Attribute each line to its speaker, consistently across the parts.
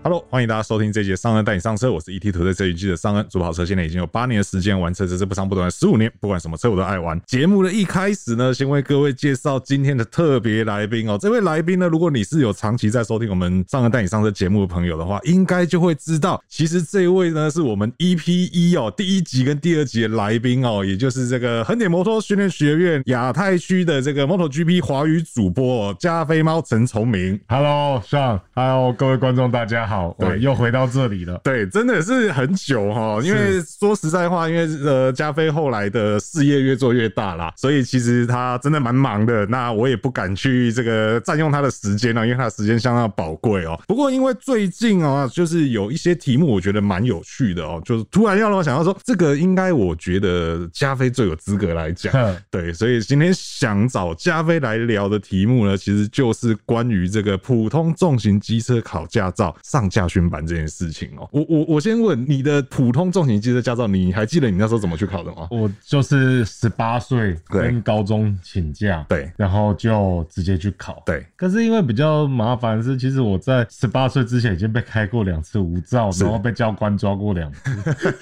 Speaker 1: Hello，欢迎大家收听这节上恩带你上车，我是 E ET 图的这一季的上恩，主跑车现在已经有八年的时间玩车，这是不长不短的十五年，不管什么车我都爱玩。节目的一开始呢，先为各位介绍今天的特别来宾哦，这位来宾呢，如果你是有长期在收听我们上恩带你上车节目的朋友的话，应该就会知道，其实这一位呢是我们 EP 一哦第一集跟第二集的来宾哦，也就是这个横点摩托训练学院亚太区的这个 MotoGP 华语主播、哦、加菲猫陈崇明。
Speaker 2: Hello，上，Hello，各位观众，大家好，我
Speaker 1: 对
Speaker 2: 又回到这里了。
Speaker 1: 对，真的是很久哈，因为说实在话，因为呃，加菲后来的事业越做越大啦，所以其实他真的蛮忙的。那我也不敢去这个占用他的时间呢、啊因为他的时间相当宝贵哦。不过因为最近啊，就是有一些题目我觉得蛮有趣的哦，就是突然让我想到说，这个应该我觉得加菲最有资格来讲。
Speaker 2: 哼
Speaker 1: 对，所以今天想找加菲来聊的题目呢，其实就是关于这个普通重型机车考驾照上驾训班这件事情哦、我我我先问你的普通重型机车驾照，你还记得你那时候怎么去考的吗？
Speaker 2: 我就是十八岁
Speaker 1: 对
Speaker 2: 跟高中请假，
Speaker 1: 对
Speaker 2: 然后就直接去考。
Speaker 1: 对，
Speaker 2: 可是因为比较麻烦的是，其实我在十八岁之前已经被开过两次无照，然后被教官抓过两次，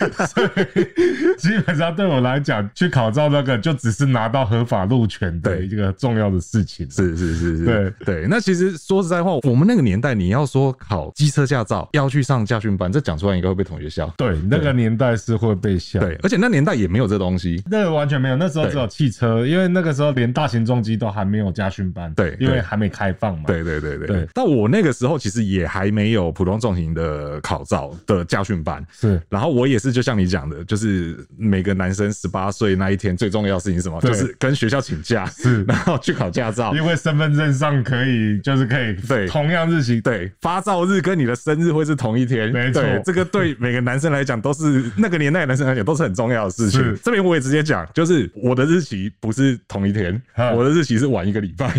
Speaker 2: 所以基本上对我来讲，去考照那个就只是拿到合法路权的
Speaker 1: 对
Speaker 2: 一个重要的事情。
Speaker 1: 是是是是，
Speaker 2: 对
Speaker 1: 对。那其实说实在话，我们那个年代，你要说考机车驾照要去上驾训班，这讲出来应该会被同学笑。
Speaker 2: 对，那个年代是会被笑。
Speaker 1: 对，而且那年代也没有这东西。
Speaker 2: 那个完全没有，那时候
Speaker 1: 对
Speaker 2: 只有汽车，因为那个时候连大型重机都还没有家训班，
Speaker 1: 对
Speaker 2: 因为
Speaker 1: 对
Speaker 2: 还没开放嘛。，
Speaker 1: 对对对对
Speaker 2: 对
Speaker 1: 但我那个时候其实也还没有普通重型的考照的驾训班，
Speaker 2: 是
Speaker 1: 然后我也是，就像你讲的，就是每个男生十八岁那一天最重要的事情是什么？
Speaker 2: 对
Speaker 1: 就是跟学校请假，
Speaker 2: 是
Speaker 1: 然后去考驾照。
Speaker 2: 因为身份证上可以，就是可以
Speaker 1: 对
Speaker 2: 同样日期，
Speaker 1: 对，发照日跟你的生日会是同一天，
Speaker 2: 没错
Speaker 1: 对这个对每个男生来讲都是那个年代的男生来讲都是很重要的事情
Speaker 2: 是。
Speaker 1: 这边我也直接讲，就是我的日期不是同一天，
Speaker 2: 嗯
Speaker 1: 我的日期是晚一个礼 拜，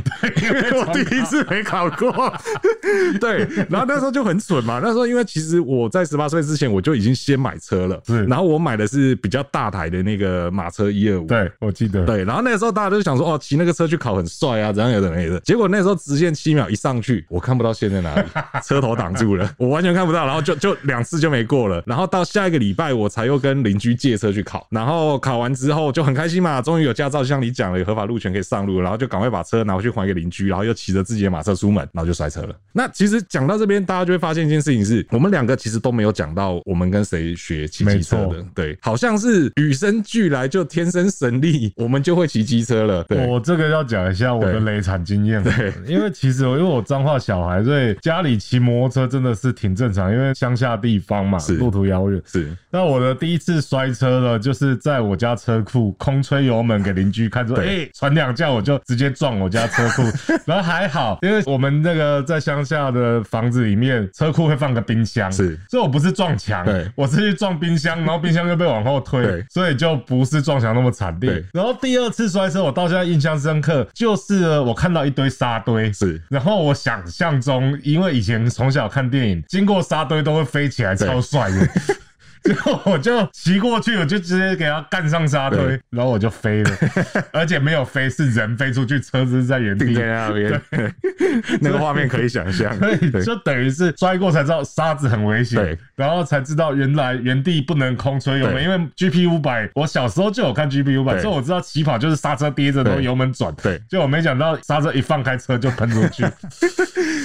Speaker 1: 因为 我第一次没考过。对，然后那时候就很蠢嘛，那时候因为其实我在十八岁之前我就已经先买车了，
Speaker 2: 是
Speaker 1: 然后我买的是比较大台的那个马车一二五，
Speaker 2: 对我记得，
Speaker 1: 对，然后那个时候大家就想说，哦，骑那个车去考很帅啊，怎样有的没的。结果那时候直线七秒一上去，我看不到线在哪 里，车头挡住了，我完全看不到，然后就就两次就没过了。然后到下一个礼拜，我才又跟邻居借车去考，然后考完之后就很开心嘛，终于有驾照，就像你讲的，有合法路权可以上路，然后就赶快把车拿回去还给邻居，然后又骑着自己的马车出门，然后就摔车了。那其实讲到这边，大家就会发现一件事情是，我们两个其实都没有讲到我们跟谁学骑机车
Speaker 2: 没
Speaker 1: 的
Speaker 2: 错，
Speaker 1: 对，好像是与生俱来就天生神力，我们就会骑机车了。对，
Speaker 2: 我这个要讲一下我的
Speaker 1: 对
Speaker 2: 累惨经验，
Speaker 1: 对，
Speaker 2: 因为其实我因为我彰化小孩，所以家里骑摩托车真的是挺正常，因为乡下地方嘛
Speaker 1: 是，
Speaker 2: 路途遥远，
Speaker 1: 是
Speaker 2: 那我的第一次摔车呢，就是在我家车库空吹油门给邻居看，说：“哎、
Speaker 1: 对
Speaker 2: 传两下我就直接撞我家车 库。”然后还好，因为我们那个在乡下的房子里面，车库会放个冰箱，
Speaker 1: 是
Speaker 2: 所以我不是撞墙
Speaker 1: 对，
Speaker 2: 我是去撞 冰箱，然后冰箱就被往后
Speaker 1: 对
Speaker 2: 推，所以就不是撞墙那么惨烈
Speaker 1: 对。
Speaker 2: 然后第二次摔车，我到现在印象深刻，就是呢我看到一堆沙堆，
Speaker 1: 是
Speaker 2: 然后我想象中，因为以前从小看电影，经过沙堆都会飞起来，
Speaker 1: 对
Speaker 2: 超帅 的。结果我就骑过去，我就直接给他干上沙堆
Speaker 1: 对，
Speaker 2: 然后我就 飞了，而且没有飞，是人飞出去，车子是在原
Speaker 1: 定
Speaker 2: 地。
Speaker 1: 在那边， 那个画面可以想象。
Speaker 2: 所 以
Speaker 1: 对
Speaker 2: 就等于是摔过才知道沙子很危
Speaker 1: 对
Speaker 2: 险，然后才知道原来原地不能空吹油
Speaker 1: 对
Speaker 2: 门，因为 GP 五百，我小时候就有看 GP 五百，
Speaker 1: 对
Speaker 2: 所以我知道起跑就是刹车跌着，然后
Speaker 1: 对
Speaker 2: 油门转，
Speaker 1: 对
Speaker 2: 就我没想到刹车一放开车就 喷出去，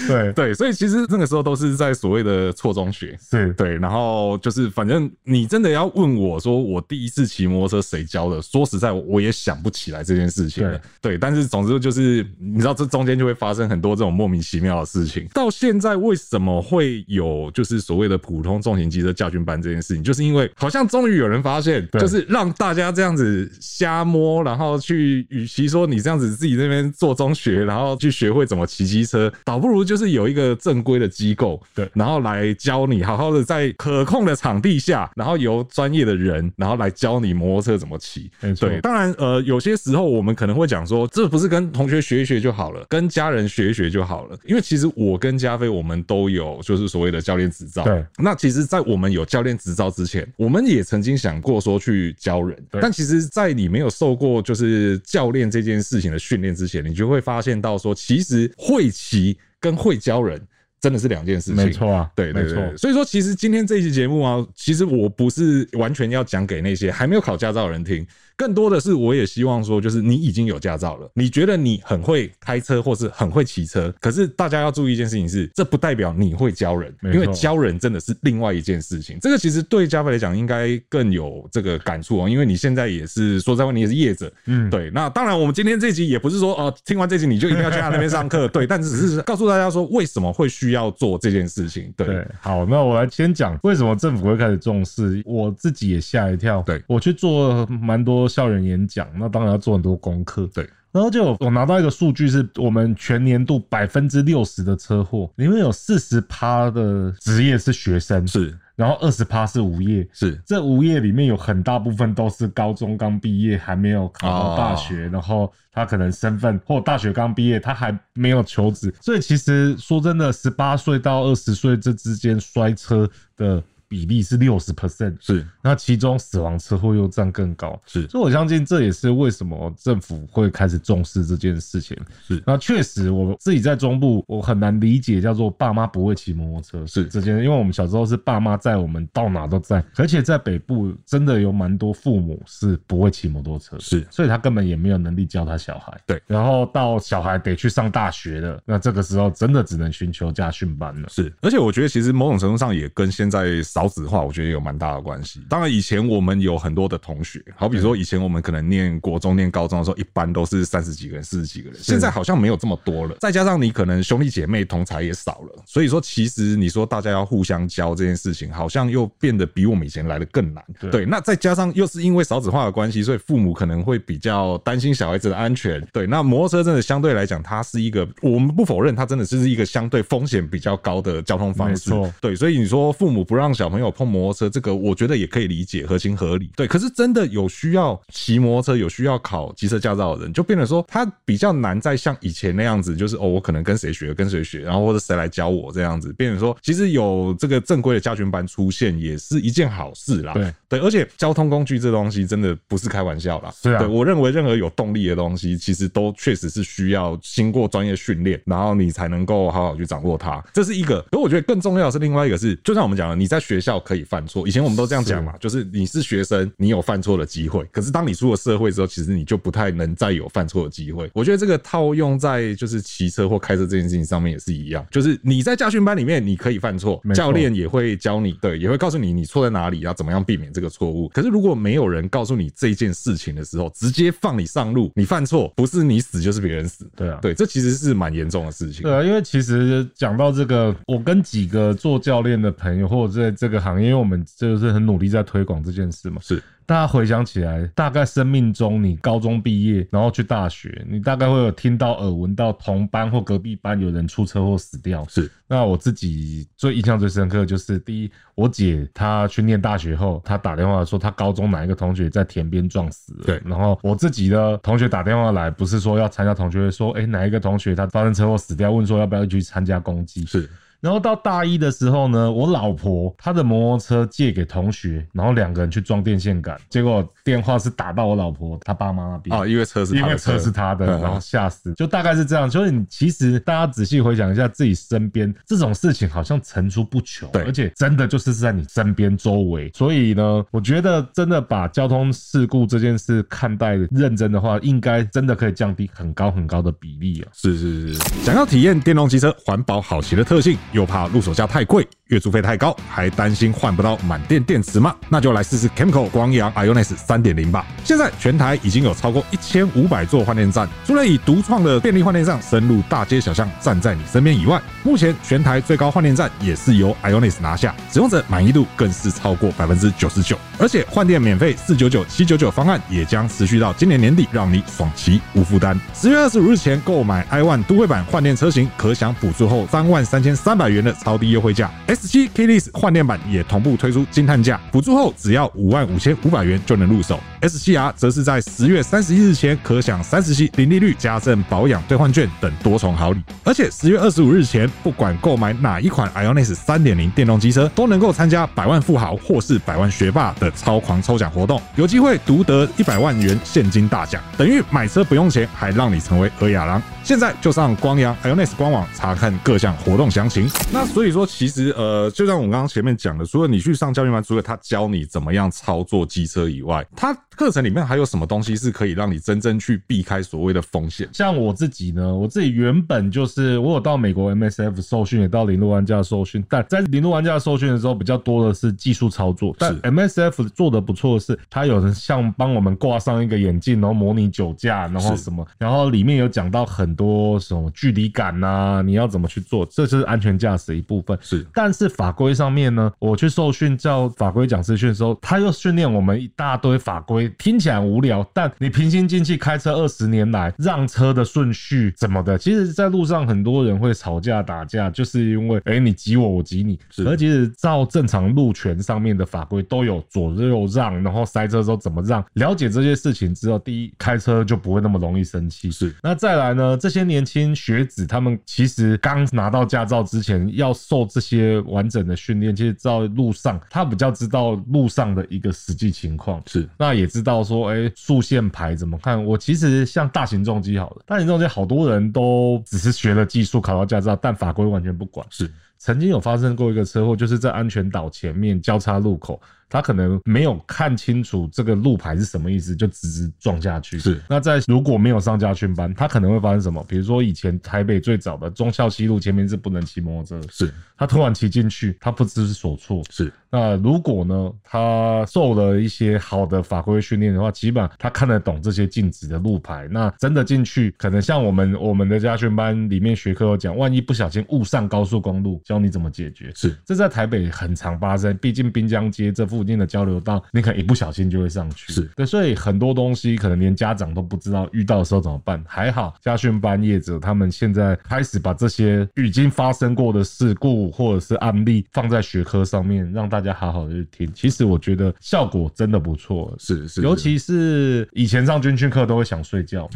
Speaker 2: 对，
Speaker 1: 对，所以其实那个时候都是在所谓的错中学。
Speaker 2: 是，
Speaker 1: 对，然后就是，反正你真的要问我说，我第一次骑摩托车谁教的？说实在，我也想不起来这件事情了。对，但是总之就是，你知道这中间就会发生很多这种莫名其妙的事情。到现在为什么会有就是所谓的普通重型机车驾训班这件事情，就是因为好像终于有人发现，
Speaker 2: 对
Speaker 1: 就是让大家这样子瞎摸，然后去，与其说你这样子自己这边做中学，然后去学会怎么骑机车，倒不如就是有一个正规的机构，
Speaker 2: 对
Speaker 1: 然后来教你好好的在可控的场地下，然后由专业的人，然后来教你摩托车怎么骑。
Speaker 2: 没错
Speaker 1: 对，当然，呃，有些时候我们可能会讲说，这不是跟同学学一学就好了，跟家人学一学就好了。因为其实我跟加菲，我们都有就是所谓的教练执照。
Speaker 2: 对，
Speaker 1: 那其实，在我们有教练执照之前，我们也曾经想过说去教人，
Speaker 2: 对
Speaker 1: 但其实，在你没有受过就是教练这件事情的训练之前，你就会发现到说，其实会骑跟会教人。真的是两件事情。
Speaker 2: 没错啊，
Speaker 1: 对对
Speaker 2: 没错
Speaker 1: 对，。所以说其实今天这一期节目啊，其实我不是完全要讲给那些还没有考驾照的人听，更多的是我也希望说，就是你已经有驾照了，你觉得你很会开车或是很会骑车，可是大家要注意一件事情是，这不代表你会教人，
Speaker 2: 没
Speaker 1: 因为
Speaker 2: 错
Speaker 1: 教人真的是另外一件事情。这个其实对加菲来讲应该更有这个感触哦，因为你现在也是说实在话，你也是业者，
Speaker 2: 嗯，
Speaker 1: 对，那当然，我们今天这集也不是说哦、呃听完这集你就一定要去他那边上课， 对，但只是告诉大家说为什么会需要做这件事情，对，
Speaker 2: 对，好，那我来先讲为什么政府会开始重视，我自己也吓一跳。
Speaker 1: 对
Speaker 2: 我去做蛮多校园演讲，那当然要做很多功课。
Speaker 1: 对。
Speaker 2: 然后就有我拿到一个数据，是我们全年度百分之六十的车祸，里面有四十趴的职业是学生，
Speaker 1: 是
Speaker 2: 然后二十趴是无业，
Speaker 1: 是
Speaker 2: 这无业里面有很大部分都是高中刚毕业，还没有考到大学，然后他可能身份或大学刚毕业，他还没有求职，所以其实说真的，十八岁到二十岁这之间摔车的比例是六十 percent，
Speaker 1: 是
Speaker 2: 那其中死亡车祸又占更高，
Speaker 1: 是
Speaker 2: 所以我相信这也是为什么政府会开始重视这件事情。
Speaker 1: 是
Speaker 2: 那确实，我自己在中部，我很难理解叫做爸妈不会骑摩托车
Speaker 1: 是
Speaker 2: 这件事，因为我们小时候是爸妈载我们到哪都载，而且在北部真的有蛮多父母是不会骑摩托车，
Speaker 1: 是
Speaker 2: 所以他根本也没有能力教他小孩。
Speaker 1: 对
Speaker 2: 然后到小孩得去上大学了，那这个时候真的只能寻求家训班了。
Speaker 1: 是，而且我觉得其实某种程度上也跟现在少子化，我觉得有蛮大的关系。当然，以前我们有很多的同学，好比说以前我们可能念国中、念高中的时候，一般都是三十几个人、四十几个人，现在好像没有这么多了。再加上你可能兄弟姐妹同才也少了，所以说其实你说大家要互相教这件事情，好像又变得比我们以前来的更难。
Speaker 2: 对
Speaker 1: 对，那再加上又是因为少子化的关系，所以父母可能会比较担心小孩子的安全。对，那摩托车真的相对来讲，它是一个我们不否认，它真的是一个相对风险比较高的交通方式
Speaker 2: 没错。
Speaker 1: 对，所以你说父母不让小朋友碰摩托车，这个我觉得也可以理解，合情合理。对，可是真的有需要骑摩托车、有需要考机车驾照的人，就变得说他比较难再像以前那样子，就是哦，我可能跟谁学，跟谁学，然后或者谁来教我这样子，变成说其实有这个正规的家训班出现，也是一件好事啦。
Speaker 2: 对
Speaker 1: 对，而且交通工具这东西真的不是开玩笑啦。
Speaker 2: 是啊
Speaker 1: 对我认为任何有动力的东西，其实都确实是需要经过专业训练，然后你才能够好好去掌握它。这是一个，可我觉得更重要的是另外一个是，就像我们讲的，你在学校可以犯错，以前我们都这样讲嘛，就是你是学生，你有犯错的机会。可是当你出了社会之后，其实你就不太能再有犯错的机会。我觉得这个套用在就是骑车或开车这件事情上面也是一样，就是你在驾训班里面你可以犯错
Speaker 2: 没，错
Speaker 1: 教练。也会教你，对，也会告诉你你错在哪里，要怎么样避免这个错误。可是如果没有人告诉你这件事情的时候，直接放你上路，你犯错不是你死就是别人死，
Speaker 2: 对啊，
Speaker 1: 对，这其实是蛮严重的事情
Speaker 2: 对。啊，因为其实讲到这个，我跟几个做教练的朋友，或者在这个行业，因为我们就是很努力在推广这件事嘛。
Speaker 1: 是
Speaker 2: 大家回想起来，大概生命中你高中毕业，然后去大学，你大概会有听到耳闻到同班或隔壁班有人出车祸死掉。
Speaker 1: 是
Speaker 2: 那我自己最印象最深刻的就是，第一，我姐她去念大学后，她打电话说她高中哪一个同学在田边撞死了。
Speaker 1: 对
Speaker 2: 然后我自己的同学打电话来，不是说要参加同学会，说哎、诶哪一个同学他发生车祸死掉，问说要不要一起去参加公祭。
Speaker 1: 是
Speaker 2: 然后到大一的时候呢，我老婆她的摩托车借给同学，然后两个人去装电线杆，结果电话是打到我老婆她爸妈那边
Speaker 1: 啊，因为车是
Speaker 2: 因
Speaker 1: 他
Speaker 2: 为
Speaker 1: 的
Speaker 2: 车是他的，
Speaker 1: 嗯
Speaker 2: 然后吓死，就大概是这样。所以你其实大家仔细回想一下自己身边这种事情，好像层出不穷，
Speaker 1: 对
Speaker 2: 而且真的就是在你身边周围。所以呢，我觉得真的把交通事故这件事看待得认真的话，应该真的可以降低很高很高的比例啊。
Speaker 1: 是是是，是想要体验电动机车环保好骑的特性，又怕入手价太贵、月租费太高，还担心换不到满电电池吗？那就来试试 Chemical 光阳 Ionis 三点零吧。现在全台已经有超过一千五百座换电站，除了以独创的便利换电站深入大街小巷，站在你身边以外，目前全台最高换电站也是由 Ionis 拿下，使用者满意度更是超过百分之九十九，而且换电免费四九九七九九方案也将持续到今年年底，让你爽骑无负担。十月二十五日前购买 i One 都会版换电车型，可享补助后三万三千三百元的超低优惠价。S 十七 K l i s 换电版也同步推出惊叹价，补助后只要五万五千五百元就能入手。S 七 R 则是在十月三十一日前可享三十期零利率加赠保养兑换券等多重好礼，而且十月二十五日前不管购买哪一款 Ionis 三点零电动机车，都能够参加百万富豪或是百万学霸的超狂抽奖活动，有机会独得一百万元现金大奖，等于买车不用钱，还让你成为尔雅郎。现在就上光阳 Ionis 官网查看各项活动详情。那所以说，其实呃，就像我刚刚前面讲的，除了你去上教练班，除了他教你怎么样操作机车以外，他课程里面还有什么东西是可以让你真正去避开所谓的风险？
Speaker 2: 像我自己呢，我自己原本就是我有到美国 MSF 受训，也到零度玩家受训，但在零度玩家受训的时候，比较多的是技术操作。但 MSF 做的不错的是，它有人像帮我们挂上一个眼镜，然后模拟酒驾，然后
Speaker 1: 是
Speaker 2: 什么，然后里面有讲到很多什么距离感呐、你要怎么去做，这就是安全驾驶一部分。
Speaker 1: 是
Speaker 2: 但是法规上面呢，我去受训叫法规讲师训的时候，他又训练我们一大堆法规，听起来很无聊，但你平心静气开车二十年来，让车的顺序怎么的，其实在路上很多人会吵架打架，就是因为哎、你挤我，我挤你，
Speaker 1: 是
Speaker 2: 而其实照正常路权上面的法规都有左右让，然后塞车的时候怎么让，了解这些事情之后，第一开车就不会那么容易生气，
Speaker 1: 是
Speaker 2: 那再来呢？这些年轻学子他们其实刚拿到驾照之前，要受这些完整的训练，其实在路上他比较知道路上的一个实际情况。
Speaker 1: 是
Speaker 2: 那也知道说，哎、竖线牌怎么看？我其实像大型重机好了，大型重机好多人都只是学了技术，考到驾照，但法规完全不管。
Speaker 1: 是
Speaker 2: 曾经有发生过一个车祸，就是在安全岛前面交叉路口，他可能没有看清楚这个路牌是什么意思，就直直撞下去。
Speaker 1: 是
Speaker 2: 那在如果没有上家训班，他可能会发生什么？比如说以前台北最早的忠孝西路前面是不能骑摩托车，
Speaker 1: 是
Speaker 2: 他突然骑进去，他不知所措。
Speaker 1: 是
Speaker 2: 那如果呢，他受了一些好的法规训练的话，起码他看得懂这些禁止的路牌。那真的进去，可能像我们我们的家训班里面学科有讲，万一不小心误上高速公路，教你怎么解决。
Speaker 1: 是
Speaker 2: 这在台北很常发生，毕竟滨江街这附近的交流道，你可能一不小心就会上去。
Speaker 1: 是
Speaker 2: 对，所以很多东西可能连家长都不知道遇到的时候怎么办。还好家训班业者他们现在开始把这些已经发生过的事故或者是案例放在学科上面，让大家好好的去听。其实我觉得效果真的不错，
Speaker 1: 是是，
Speaker 2: 尤其是以前上军训课都会想 睡觉，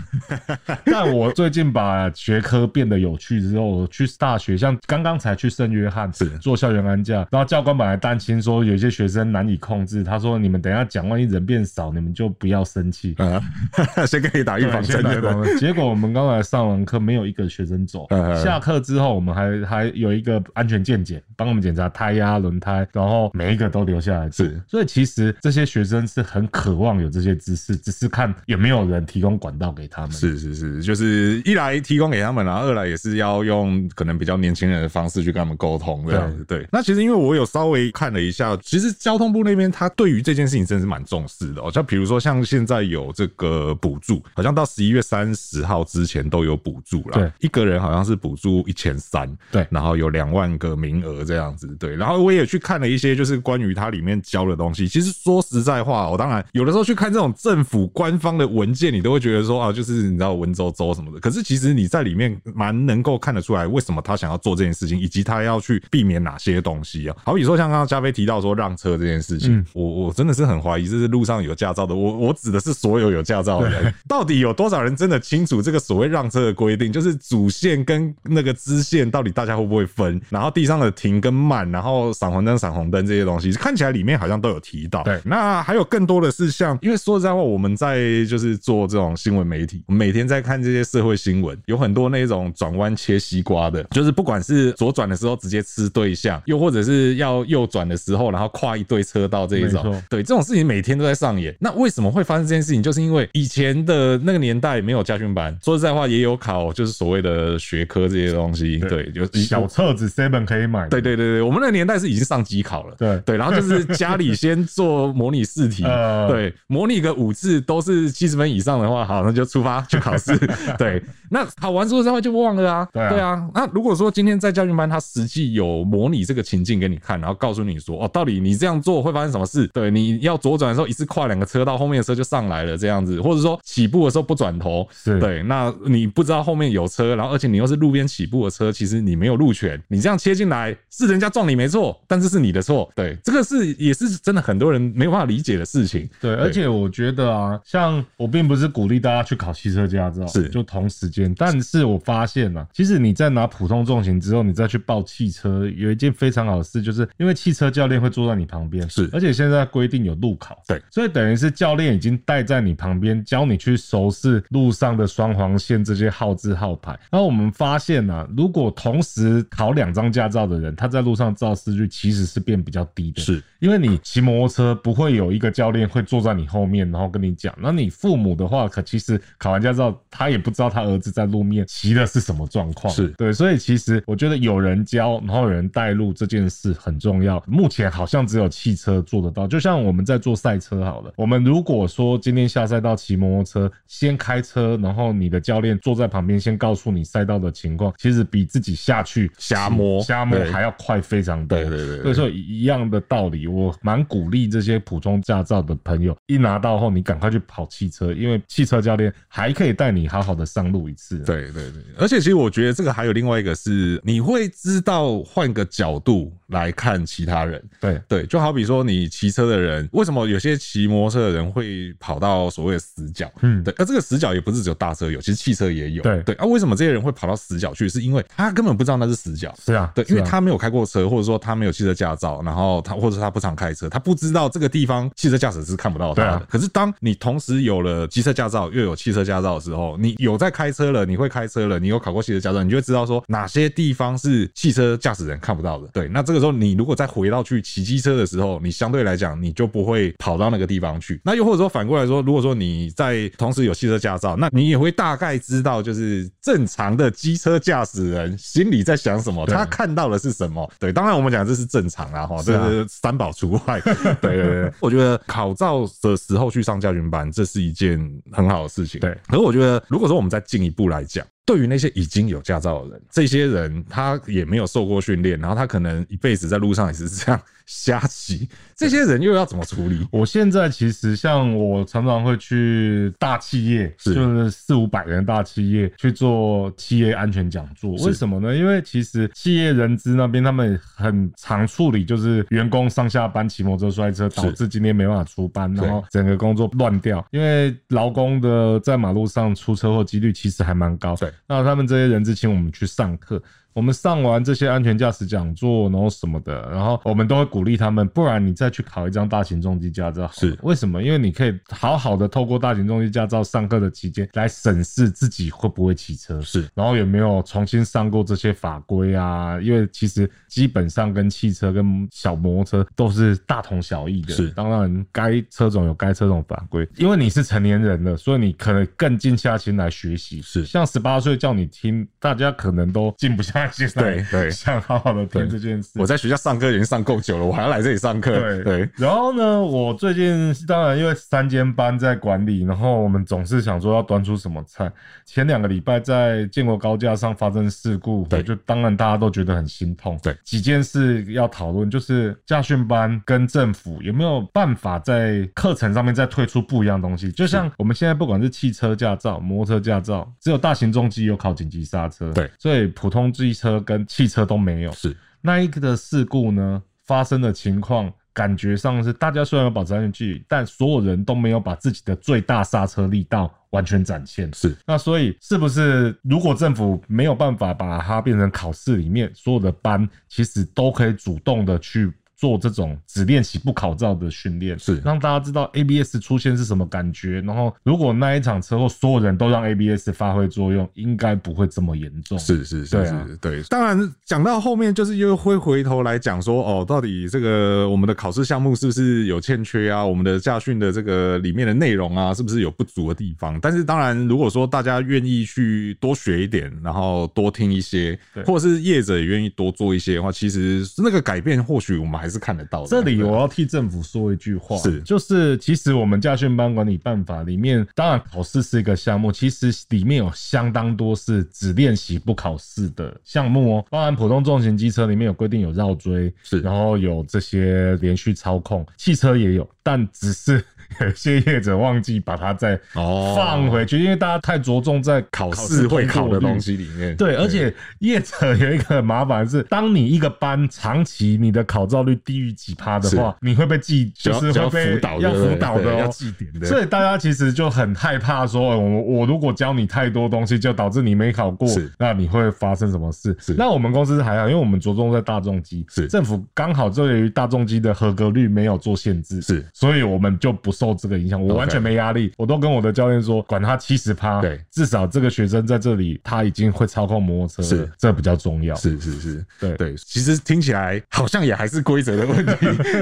Speaker 2: 但我最近把学科变得有趣之后，我去大学，像刚刚才去圣约翰
Speaker 1: 是
Speaker 2: 做校园安驾，然后教官本来担心说有一些学生难以控制，他说你们等一下讲，万一人变少，你们就不要生气。
Speaker 1: 啊， 先给你打预防针，对
Speaker 2: 对先
Speaker 1: 不
Speaker 2: 打
Speaker 1: 对
Speaker 2: 预防针 结果我们刚才上完课，没有一个学生走
Speaker 1: 嗯嗯。嗯
Speaker 2: 下课之后，我们还还有一个安全健检，帮我们检查胎压、轮胎，然后每一个都留下来。
Speaker 1: 是，
Speaker 2: 所以其实这些学生是很渴望有这些知识，只是看有没有人提供管道给他们。
Speaker 1: 是是是，就是一来提供给他们啦，然后二来也是要用可能比较年轻人的方式去跟他们沟通这样子。对，那其实因为我有稍微看了一下，其实交通部那边他对于这件事情真的是蛮重视的哦。像比如说像现在有这个补助，好像到十一月三十号之前都有补助啦。
Speaker 2: 对，
Speaker 1: 一个人好像是补助一千三，
Speaker 2: 对
Speaker 1: 然后有两万个名额这样子。对，然后我也去看了一些就是关于它里面教的东西。其实说实在话，我当然有的时候去看这种政府官方的文件，你都会觉得说啊，就是你知道文绉绉什么的。可是其实你在里面蛮能够看得出来，为什么他想要做这件事情，以及他要去避免哪些东西啊。好比说像刚刚加菲提到说让车这件事情，
Speaker 2: 嗯
Speaker 1: 我我真的是很怀疑，这是路上有驾照的，我我指的是所有有驾照的人，到底有多少人真的清楚这个所谓让车的规定，就是主线跟那个支线到底大家会不会分，然后地上的停跟慢，然后闪红灯、闪红灯这些东西，看起来里面好像都有提到。
Speaker 2: 对
Speaker 1: 那还有更多的是像，因为说实在话，我们在就是做这种新闻媒体，我们每天在看这些社会新闻，有很多那种转弯切西瓜的，就是不管是左转的时候直接吃对象，又或者是要右转的时候，然后跨一堆车道这一
Speaker 2: 没
Speaker 1: 种
Speaker 2: 错，
Speaker 1: 对这种事情每天都在上演。那为什么会发生这件事情？就是因为以前的那个年代没有家训班，说实在话也有考，就是所谓的学科这些东西。对，有
Speaker 2: 小册子 Seven 可以买。
Speaker 1: 对对对对，我们那个年代是已经上机考了。
Speaker 2: 对
Speaker 1: 对，然后就是家里先做模拟试 题，
Speaker 2: 呃
Speaker 1: 对，模拟个五次都是七十分以上的话，好，那就出发去考试。对，那考完之后，他会就忘了啊。
Speaker 2: 对啊
Speaker 1: 那如果说今天在教训班，他实际有模拟这个情境给你看，然后告诉你说，哦，到底你这样做会发生什么事？对，你要左转的时候一次跨两个车道，后面的车就上来了这样子，或者说起步的时候不转头，
Speaker 2: 是
Speaker 1: 对，那你不知道后面有车，然后而且你又是路边起步的车，其实你没有路权，你这样切进来是人家撞你没错，但是是你的错。对，这个是也是真的很多人没有办法理解的事情。
Speaker 2: 对，而且我觉得啊，像我并不是鼓励大家去考汽车驾照，
Speaker 1: 是
Speaker 2: 就同时间。但是我发现啊，其实你在拿普通重型之后，你再去报汽车，有一件非常好的事，就是因为汽车教练会坐在你旁边，
Speaker 1: 是
Speaker 2: 而且现在规定有路考，
Speaker 1: 对，
Speaker 2: 所以等于是教练已经带在你旁边，教你去熟视路上的双黄线这些号字号牌。然后我们发现啊，如果同时考两张驾照的人，他在路上肇事率其实是变比较低的，
Speaker 1: 是
Speaker 2: 因为你骑摩托车不会有一个教练会坐在你后面，然后跟你讲。那你父母的话，可其实考完驾照，他也不知道他儿子在路面骑的是什么状况。
Speaker 1: 是
Speaker 2: 对，所以其实我觉得有人教，然后有人带路这件事很重要。目前好像只有汽车做得到，就像我们在做赛车好了。我们如果说今天下赛道骑摩托车，先开车，然后你的教练坐在旁边，先告诉你赛道的情况，其实比自己下去
Speaker 1: 瞎摸
Speaker 2: 瞎摸
Speaker 1: 对
Speaker 2: 还要快非常多。
Speaker 1: 对对对对
Speaker 2: 所以说一样的道理，我蛮鼓励这些普通驾照的朋友，一拿到后你赶快去跑汽车，因为汽车教练还可以带你好好的上路一次。，
Speaker 1: 对对对，而且其实我觉得这个还有另外一个是，你会知道换个角度来看其他人。
Speaker 2: 对
Speaker 1: 对，就好比说你骑车的人，为什么有些骑摩托车的人会跑到所谓的死角？
Speaker 2: 嗯
Speaker 1: 对，而这个死角也不是只有大车有，其实汽车也有。
Speaker 2: 对
Speaker 1: 对，啊，为什么这些人会跑到死角去？是因为他根本不知道那是死角。
Speaker 2: 是啊，
Speaker 1: 对，因为
Speaker 2: 是啊
Speaker 1: 他没有开过车，或者说他没有汽车驾照，然后他或者他不常开车，他不知道这个地方汽车驾驶是看不到他
Speaker 2: 对
Speaker 1: 的
Speaker 2: 啊。
Speaker 1: 可是当你同时有了机车驾照又有汽车驾照的时候，你有在开车了，你会开车了，你有考过汽车驾照，你就会知道说哪些地方是汽车驾驶人看不到的。对，那这个时候你如果再回到去骑机车的时候，你相对来讲你就不会跑到那个地方去。那又或者说反过来说，如果说你在同时有汽车驾照，那你也会大概知道就是正常的机车驾驶人心里在想什么，
Speaker 2: 对
Speaker 1: 他看到的是什么？对，当然我们讲这是正常啦，哈，
Speaker 2: 是啊
Speaker 1: 哦这是三宝除 外。对对对，我觉得考照的时候去上家训班，这是一件很好的事情。
Speaker 2: 对
Speaker 1: 可是我觉得如果说我们再进一步来讲。对于那些已经有驾照的人，这些人他也没有受过训练，然后他可能一辈子在路上也是这样瞎骑，这些人又要怎么处 理？
Speaker 2: 我现在其实像我常常会去大企业，
Speaker 1: 是
Speaker 2: 就是四五百人的大企业去做企业安全讲座。
Speaker 1: 是
Speaker 2: 为什么呢？因为其实企业人资那边他们很常处理，就是员工上下班骑摩托车摔车，导致今天没办法出班，
Speaker 1: 对
Speaker 2: 然后整个工作乱掉。因为劳工的在马路上出车祸几率其实还蛮高。
Speaker 1: 对，
Speaker 2: 那他们这些人资请我们去上课，我们上完这些安全驾驶讲座，然后什么的，然后我们都会鼓励他们，不然你再去考一张大型重机驾照好了。
Speaker 1: 是
Speaker 2: 为什么？因为你可以好好的透过大型重机驾照上课的期间，来审视自己会不会骑车，
Speaker 1: 是
Speaker 2: 然后有没有重新上过这些法规啊？因为其实基本上跟汽车跟小摩托车都是大同小异的。
Speaker 1: 是
Speaker 2: 当然该车种有该车种法规，因为你是成年人了，所以你可能更静下心来学习。
Speaker 1: 是
Speaker 2: 像十八岁叫你听，大家可能都静不下心来，
Speaker 1: 对对
Speaker 2: 想好好的
Speaker 1: 对
Speaker 2: 听这件事。
Speaker 1: 我在学校上课已经上够久了，我还要来这里上课？
Speaker 2: 对
Speaker 1: 对，
Speaker 2: 然后呢，我最近当然因为三间班在管理，然后我们总是想说要端出什么菜。前两个礼拜在建国高架上发生事故，
Speaker 1: 对
Speaker 2: 就当然大家都觉得很心痛。
Speaker 1: 对
Speaker 2: 几件事要讨论，就是驾训班跟政府有没有办法在课程上面再推出不一样的东西。就像我们现在不管是汽车驾照、摩托车驾照，只有大型重机有考紧急刹车，
Speaker 1: 对，
Speaker 2: 所以普通机车跟汽车都没有。
Speaker 1: 是
Speaker 2: 那一个的事故呢发生的情况，感觉上是大家虽然有保持安全距离，但所有人都没有把自己的最大刹车力道完全展现。
Speaker 1: 是
Speaker 2: 那所以是不是如果政府没有办法把它变成考试里面所有的班，其实都可以主动的去。做这种只练习不考照的训练，
Speaker 1: 是
Speaker 2: 让大家知道 ABS 出现是什么感觉。然后，如果那一场车祸所有人都让 ABS 发挥作用，应该不会这么严重。
Speaker 1: 是是是
Speaker 2: 对
Speaker 1: 是
Speaker 2: 啊，
Speaker 1: 对。当然，讲到后面就是又会回头来讲说，哦，到底这个我们的考试项目是不是有欠缺啊？我们的驾训的这个里面的内容啊，是不是有不足的地方？但是当然，如果说大家愿意去多学一点，然后多听一些
Speaker 2: 对，
Speaker 1: 或者是业者也愿意多做一些的话，其实那个改变或许我们还还是看得到的。
Speaker 2: 这里我要替政府说一句话，
Speaker 1: 是
Speaker 2: 就是其实我们驾训班管理办法里面，当然考试是一个项目，其实里面有相当多是只练习不考试的项目哦，包含普通重型机车里面有规定有绕锥，
Speaker 1: 是
Speaker 2: 然后有这些连续操控，汽车也有，但只是有些业者忘记把它再
Speaker 1: 哦
Speaker 2: 放回去，因为大家太着重在
Speaker 1: 考
Speaker 2: 试
Speaker 1: 试会考的
Speaker 2: 通过率
Speaker 1: 东西里面，
Speaker 2: 对，而且业者有一个很麻烦是，当你一个班长期你的考照率低于几趴的话，你会被记，
Speaker 1: 就
Speaker 2: 就
Speaker 1: 要
Speaker 2: 是会
Speaker 1: 就要
Speaker 2: 被
Speaker 1: 辅导
Speaker 2: 要
Speaker 1: 对不对
Speaker 2: 辅导的
Speaker 1: 对
Speaker 2: 哦
Speaker 1: 要记点的
Speaker 2: 所以大家其实就很害怕说，哎我我如果教你太多东西，就导致你没考过
Speaker 1: 是，
Speaker 2: 那你会发生什么事
Speaker 1: 是？
Speaker 2: 那我们公司还好，因为我们着重在大众机，
Speaker 1: 是
Speaker 2: 政府刚好对于大众机的合格率没有做限制，
Speaker 1: 是
Speaker 2: 所以我们就不受这个影响，我
Speaker 1: OK
Speaker 2: 完全没压力。我都跟我的教练说，管他七十趴，
Speaker 1: 对
Speaker 2: 至少这个学生在这里他已经会操控摩托车了
Speaker 1: 是，
Speaker 2: 这比较重要。
Speaker 1: 是是是，
Speaker 2: 对
Speaker 1: 对，其实听起来好像也还是规则的问 题，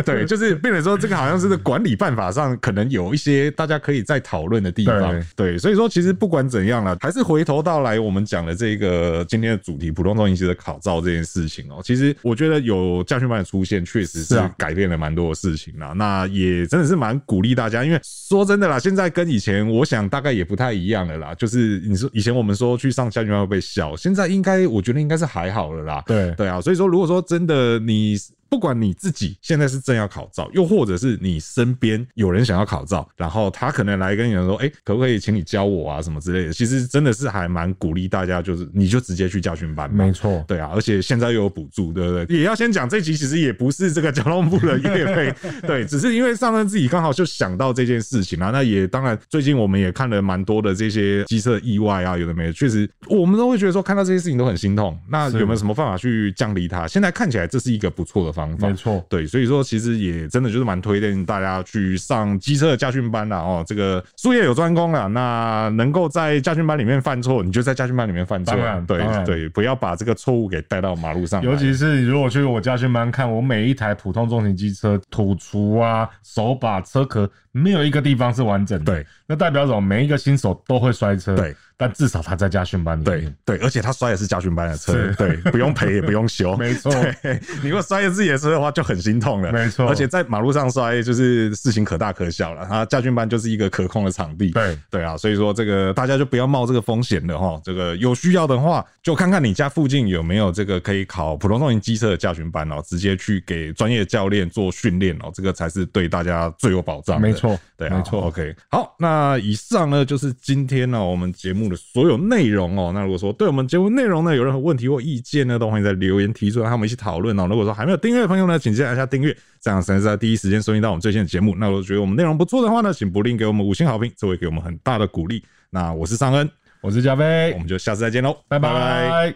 Speaker 1: 对，就是变成说这个好像是在管理办法上可能有一些大家可以再讨论的地方，对，所以说其实不管怎样了，还是回头到来我们讲的这个今天的主题，普通中型机的考照这件事情哦、其实我觉得有驾训班的出现，确实
Speaker 2: 是
Speaker 1: 是
Speaker 2: 啊
Speaker 1: 改变了蛮多的事情啦，那也真的是蛮鼓励大家，因为说真的啦，现在跟以前我想大概也不太一样了啦，就是你说以前我们说去上驾训班会被笑，现在应该我觉得应该是还好了啦，
Speaker 2: 对
Speaker 1: 对啊，所以说如果说真的你。不管你自己现在是正要考照，又或者是你身边有人想要考照，然后他可能来跟你讲说：“哎、可不可以请你教我啊？”什么之类的。其实真的是还蛮鼓励大家，就是你就直接去教训班吧。
Speaker 2: 没错。
Speaker 1: 对啊，而且现在又有补助，对不对？也要先讲这集其实也不是这个交通部的业 配，对，只是因为上任自己刚好就想到这件事情啊。那也当然，最近我们也看了蛮多的这些机车意外啊，有的没的，确实我们都会觉得说看到这些事情都很心痛。那
Speaker 2: 是
Speaker 1: 有没有什么办法去降低它？现在看起来这是一个不错的方法
Speaker 2: 没。错，
Speaker 1: 对，所以说其实也真的就是蛮推荐大家去上机车的驾训班啦哦，这个术业有专攻啦，那能够在驾训班里面犯错，你就在驾训班里面犯错
Speaker 2: 当然，
Speaker 1: 对
Speaker 2: 当然
Speaker 1: 对，不要把这个错误给带到马路上来，
Speaker 2: 尤其是你如果去我家训班看，我每一台普通重型机车土厨啊、手把、车壳，没有一个地方是完整的。
Speaker 1: 对，
Speaker 2: 那代表什么？每一个新手都会摔车。
Speaker 1: 对，
Speaker 2: 但至少他在家训班里
Speaker 1: 对
Speaker 2: 面。
Speaker 1: 对，而且他摔的是驾训班的车，
Speaker 2: 是
Speaker 1: 对，不用赔也不用修，
Speaker 2: 没错
Speaker 1: 对你如果摔的自己的车的话，就很心痛了，
Speaker 2: 没错
Speaker 1: 而且在马路上摔，就是事情可大可小了。他驾训班就是一个可控的场地，
Speaker 2: 对
Speaker 1: 对啊，所以说这个大家就不要冒这个风险了哈。这个有需要的话，就看看你家附近有没有这个可以考普通重型机车的驾训班哦，直接去给专业教练做训练哦，这个才是对大家最有保障的。
Speaker 2: 没错
Speaker 1: 对啊，
Speaker 2: 没错
Speaker 1: OK，好，那以上呢就是今天呢、我们节目的所有内容哦。那如果说对我们节目内容呢有任何问题或意见呢，都欢迎在留言提出来，和我们一起讨论哦。如果说还没有订阅的朋友呢，请记得按下订阅，这样才能在第一时间收听到我们最新的节目。那如果觉得我们内容不错的话呢，请不吝给我们五星好评，这会给我们很大的鼓励。那我是尚恩，
Speaker 2: 我是加菲
Speaker 1: 我，们就下次再见喽，
Speaker 2: 哎拜拜